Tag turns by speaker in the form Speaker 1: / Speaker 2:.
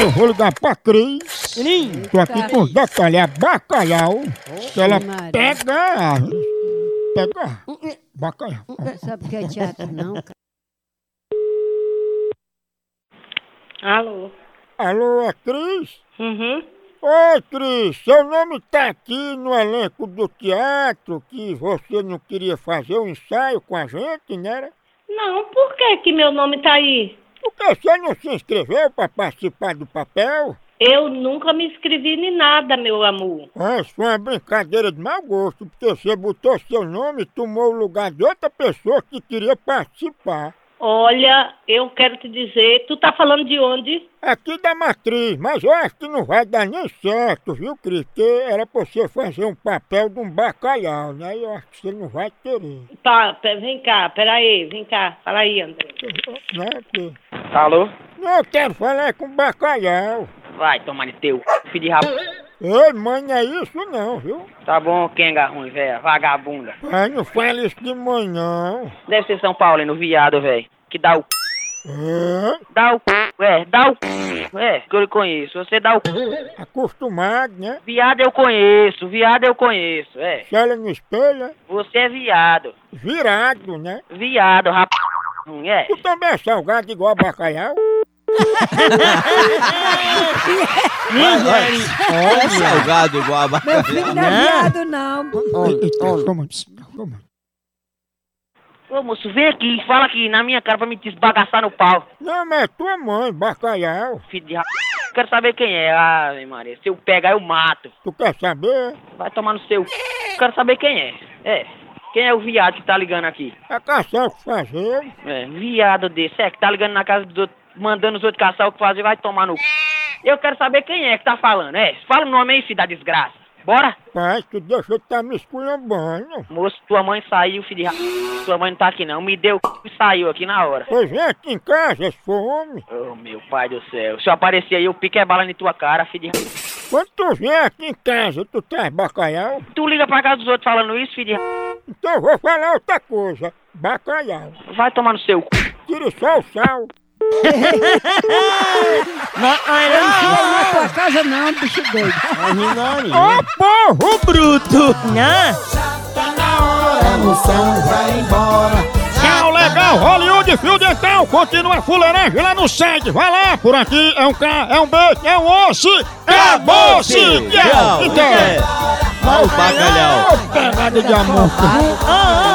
Speaker 1: Eu vou ligar pra Cris.
Speaker 2: Lindo.
Speaker 1: Tô aqui com os detalhes. É bacalhau. Que ela
Speaker 3: Maria.
Speaker 1: pega. Pega. Bacalhau.
Speaker 3: Sabe o que é teatro, não, cara?
Speaker 2: Alô?
Speaker 1: Alô, é Cris?
Speaker 2: Uhum.
Speaker 1: Oi, Cris. Seu nome tá aqui no elenco do teatro que você não queria fazer o ensaio com a gente, né?
Speaker 2: Não, por que que meu nome tá aí?
Speaker 1: Porque você não se inscreveu pra participar do papel?
Speaker 2: Eu nunca me inscrevi em nada, meu amor.
Speaker 1: Ah, isso foi uma brincadeira de mau gosto, porque você botou seu nome e tomou o lugar de outra pessoa que queria participar.
Speaker 2: Olha, eu quero te dizer, tu tá falando de onde?
Speaker 1: Aqui É da matriz, mas eu acho que não vai dar nem certo, viu, Cris? Porque era pra você fazer um papel de um bacalhau, né? Eu acho que você não vai querer.
Speaker 2: Tá, pe- vem cá, peraí, vem cá. Fala aí, André.
Speaker 1: Né? Porque...
Speaker 4: Alô?
Speaker 1: Não, eu quero falar com bacalhau.
Speaker 4: Vai, tomar no teu filho de rabo.
Speaker 1: Ei, mãe, não é isso não, viu?
Speaker 4: Tá bom, Kenga ruim, velho. Vagabunda.
Speaker 1: Ai, não fale isso de mãe, não.
Speaker 4: Deve ser São Paulino, viado, velho. Que dá o c...
Speaker 1: É,
Speaker 4: Dá o c... É, dá o c... É, que eu lhe conheço. Você dá o c...
Speaker 1: acostumado, né?
Speaker 4: Viado eu conheço, viado eu conheço. É,
Speaker 1: Se olha no espelho, é
Speaker 4: você é viado.
Speaker 1: virado, né?
Speaker 4: Viado, rap... Não é?
Speaker 1: Tu também é salgado igual a bacalhau?
Speaker 5: É salgado igual a
Speaker 3: Meu filho não é viado, não.
Speaker 1: Toma, toma.
Speaker 4: Ô, moço, vem aqui, fala aqui na minha cara pra me desbagaçar no pau.
Speaker 1: Não, mas é tua mãe, bacalhau.
Speaker 4: Filho de rap... Quero saber quem é. Ah, Maria, se eu pegar, eu mato.
Speaker 1: Tu quer saber?
Speaker 4: Vai tomar no seu. Quero saber quem é. É. Quem é o viado que tá ligando aqui?
Speaker 1: É caçar o que fazer.
Speaker 4: É, viado desse. É, que tá ligando na casa dos outros, mandando os outros caçar o que fazer, vai tomar no. c****. Eu quero saber quem é que tá falando. É, fala o nome aí, filho da desgraça. Bora?
Speaker 1: Pai, tu deixa eu estar me esculhambando.
Speaker 4: Moço, tua mãe saiu, filho de ra... Tua mãe não tá aqui não. Me deu c... e saiu aqui na hora.
Speaker 1: Pois vem aqui em casa, se for homem.
Speaker 4: Oh, meu pai do céu. Se eu aparecer aí, eu pico é bala em tua cara, filho de ra...
Speaker 1: Quando tu vem aqui em casa, tu traz bacalhau?
Speaker 4: Tu liga pra casa dos outros falando isso, filho de ra...
Speaker 1: Então eu vou falar outra coisa. Bacalhau.
Speaker 4: Vai tomar no seu c...
Speaker 1: Tira só o sal.
Speaker 3: Não na tua casa, não, bicho doido.
Speaker 1: Ah, Ô, porro!
Speaker 5: bruto.
Speaker 6: A moção vai embora.
Speaker 1: Tchau, legal! Hollywood Fio Dental continua a fuleiragem lá no site. Vai lá, por aqui é um K, é um B, é um osso, é moço!
Speaker 5: Tchau,
Speaker 1: Então,
Speaker 5: é. Olha o bacalhau.
Speaker 1: pegada de amor!
Speaker 5: Ah, ah.